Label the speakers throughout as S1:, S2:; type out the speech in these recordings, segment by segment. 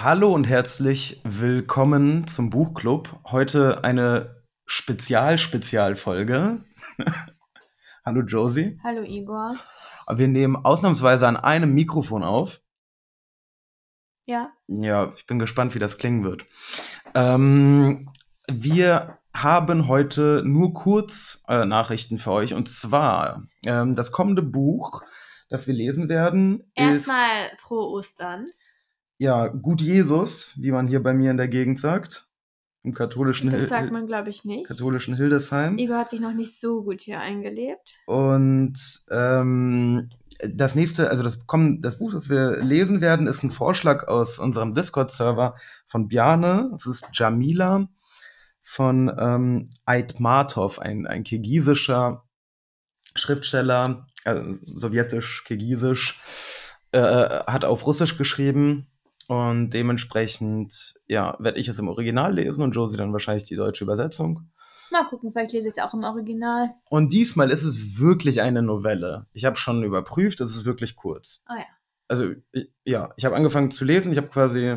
S1: Hallo und herzlich willkommen zum Buchclub. Heute eine Spezial-Spezialfolge. Hallo Josie.
S2: Hallo Igor.
S1: Wir nehmen ausnahmsweise an einem Mikrofon auf.
S2: Ja,
S1: Ja, ich bin gespannt, wie das klingen wird. Ähm, wir haben heute nur kurz äh, Nachrichten für euch. Und zwar ähm, das kommende Buch, das wir lesen werden, ist
S2: erstmal frohe Ostern.
S1: ja Gut Jesus, wie man hier bei mir in der Gegend sagt, im katholischen,
S2: Das
S1: Hil-
S2: sagt man, glaube ich, nicht.
S1: katholischen Hildesheim.
S2: Igor hat sich noch nicht so gut hier eingelebt.
S1: Und ähm, das nächste, also das, kommen, das Buch, das wir lesen werden, ist ein Vorschlag aus unserem Discord-Server von Bjarne. Es ist Jamila von ähm, Aitmatov, ein, ein kirgisischer Schriftsteller, äh, sowjetisch-kirgisisch, äh, hat auf Russisch geschrieben. Und dementsprechend, ja, werde ich es im Original lesen und Josie dann wahrscheinlich die deutsche Übersetzung.
S2: Mal gucken, vielleicht lese ich es auch im Original.
S1: Und diesmal ist es wirklich eine Novelle. Ich habe schon überprüft, es ist wirklich kurz.
S2: Ah ja.
S1: Also, ich, ja, ich habe angefangen zu lesen, ich habe quasi,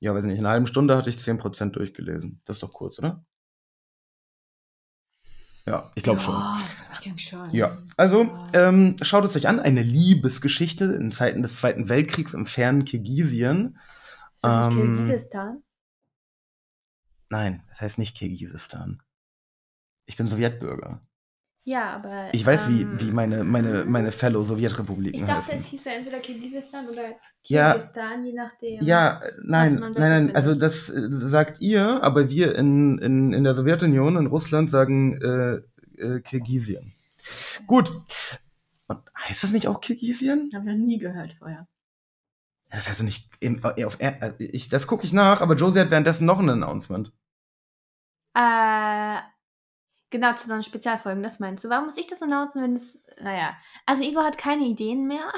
S1: ja, weiß nicht, in einer halben Stunde hatte ich 10% durchgelesen. Das ist doch kurz, oder? Ja, ich glaube schon.
S2: Ja, Ich denke schon.
S1: Ja, also
S2: Ja.
S1: ähm, schaut es euch an. Eine Liebesgeschichte in Zeiten des Zweiten Weltkriegs im fernen Kirgisien.
S2: ist das nicht
S1: ähm,
S2: Kirgisistan?
S1: Nein, das heißt nicht Kirgisistan. Ich bin Sowjetbürger.
S2: Ja, aber.
S1: Ich weiß,
S2: ähm,
S1: wie, wie meine, meine, meine Fellow Sowjetrepubliken
S2: Ich dachte,
S1: heißen.
S2: es hieß ja entweder Kirgisistan oder
S1: Ja.
S2: Kirgisistan, je nachdem.
S1: Ja, äh, nein,
S2: man
S1: nein,
S2: besser
S1: nein.
S2: findet.
S1: Also das äh, sagt ihr, aber wir in, in, in der Sowjetunion, in Russland sagen äh, äh, Kirgisien. Gut. Und heißt das nicht auch Kirgisien?
S2: Hab ich noch nie gehört vorher.
S1: Das heißt doch nicht im, äh, auf, äh, äh, ich, das gucke ich nach, aber Josie hat währenddessen noch ein Announcement.
S2: Äh, genau, zu den Spezialfolgen, das meinst du. Warum muss ich das announcen, wenn es. Naja. Also, Igor hat keine Ideen mehr.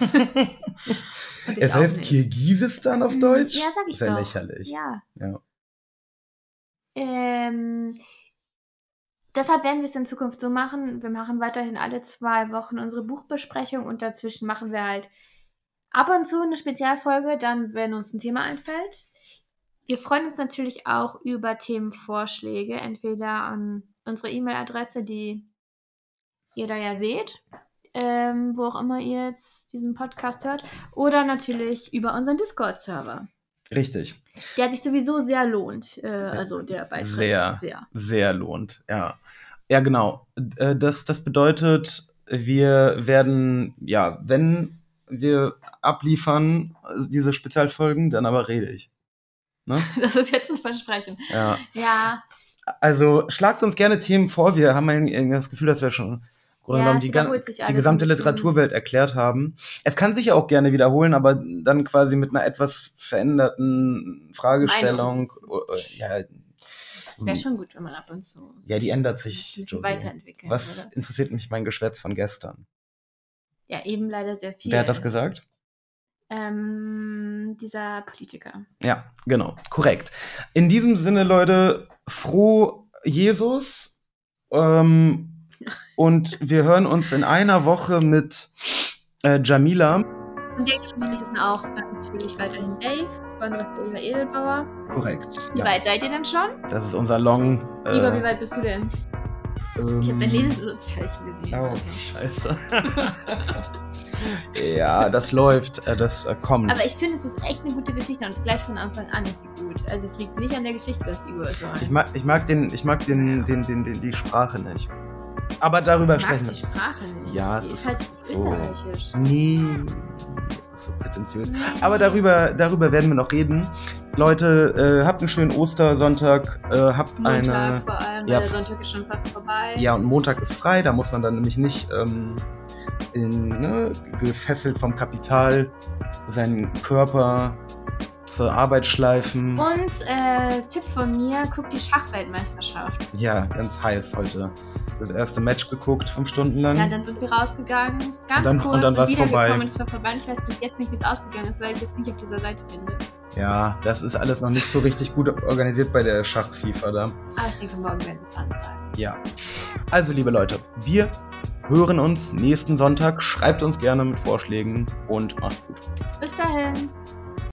S2: Und ich
S1: es
S2: auch
S1: heißt
S2: nicht. Mhm.
S1: Kirgisistan auf Deutsch?
S2: Ja, sag ich
S1: Ist ja
S2: doch.
S1: lächerlich.
S2: Ja.
S1: Ja.
S2: Ähm, deshalb werden wir es in Zukunft so machen. Wir machen weiterhin alle zwei Wochen unsere Buchbesprechung und dazwischen machen wir halt ab und zu eine Spezialfolge, dann, wenn uns ein Thema einfällt. Wir freuen uns natürlich auch über Themenvorschläge, entweder an unsere E-Mail-Adresse, die ihr da ja seht, ähm, wo auch immer ihr jetzt diesen Podcast hört, oder natürlich über unseren Discord-Server.
S1: Richtig.
S2: Der sich sowieso sehr lohnt. Äh, also der Beitrag.
S1: Sehr.
S2: sehr.
S1: sehr lohnt, ja. Ja, genau. Äh, Das, das bedeutet, wir werden, ja, wenn wir abliefern, äh, diese Spezialfolgen, dann aber rede ich.
S2: Das ist jetzt ein Versprechen.
S1: Ja.
S2: Ja,
S1: Also schlagt uns gerne Themen vor. Wir haben ein- irgendwie das Gefühl, dass wir schon im Grunde
S2: Ja,
S1: genommen
S2: es
S1: die, gan-
S2: wiederholt sich
S1: die
S2: alles
S1: gesamte
S2: ein bisschen.
S1: Literaturwelt erklärt haben. Es kann sich ja auch gerne wiederholen, aber dann quasi mit einer etwas veränderten Fragestellung. Äh, Ja,
S2: es wäre schon gut, wenn man ab und zu.
S1: ja, die ändert
S2: sich ein
S1: sich.
S2: bisschen
S1: Josie.
S2: weiterentwickeln
S1: Was
S2: würde.
S1: interessiert mich mein Geschwätz von gestern?
S2: Ja, eben leider sehr viel.
S1: Wer hat das gesagt?
S2: Ähm, dieser Politiker.
S1: Ja, genau, korrekt. In diesem Sinne, Leute, froh Jesus. Ähm, und wir hören uns in einer Woche mit äh, Jamila.
S2: Und den kriegen wir lesen auch äh, natürlich weiterhin Dave von Raphael Edelbauer.
S1: Korrekt.
S2: Wie weit seid ihr denn schon?
S1: das ist unser Long. Äh,
S2: Igor, wie weit bist du denn? Ich habe dein Lesezeichen gesehen. Also.
S1: Oh, scheiße. ja, das läuft, äh, das äh, kommt.
S2: Aber ich finde, es ist echt eine gute Geschichte und gleich von Anfang an ist sie gut. Also es liegt nicht an der Geschichte, was Igor soll.
S1: Ich mag, ich mag, den, ich mag den, den, den, den, die Sprache nicht. Aber darüber
S2: Ich mag
S1: sprechen wir.
S2: die Sprache nicht.
S1: Ja, es
S2: die
S1: ist
S2: ist halt
S1: so.
S2: österreichisch. Mhm.
S1: Nee, das ist so prätentiös. Aber darüber, darüber werden wir noch reden. Leute, äh, habt einen schönen Ostersonntag. Äh, habt
S2: Montag
S1: eine.
S2: vor allem,
S1: Ja,
S2: weil der
S1: f-
S2: Sonntag ist schon fast vorbei.
S1: Ja, und Montag ist frei. Da muss man dann nämlich nicht ähm, in, ne, gefesselt vom Kapital seinen Körper zur Arbeit schleifen.
S2: Und äh, Tipp von mir, guck die Schachweltmeisterschaft.
S1: ja, ganz heiß heute. Das erste Match geguckt, fünf Stunden lang.
S2: Ja, dann sind wir rausgegangen, ganz
S1: Und dann-
S2: kurz,
S1: und dann war's
S2: wiedergekommen
S1: vorbei.
S2: und es war vorbei. Und ich weiß bis jetzt nicht, wie es ausgegangen ist, weil ich es nicht auf dieser Seite finde.
S1: ja, das ist alles noch nicht so richtig gut organisiert bei der Schach-FIFA da.
S2: Aber ich denke, morgen werden wir es anzeigen.
S1: Ja. Also, liebe Leute, wir hören uns nächsten Sonntag. Schreibt uns gerne mit Vorschlägen und macht's gut.
S2: Bis dahin.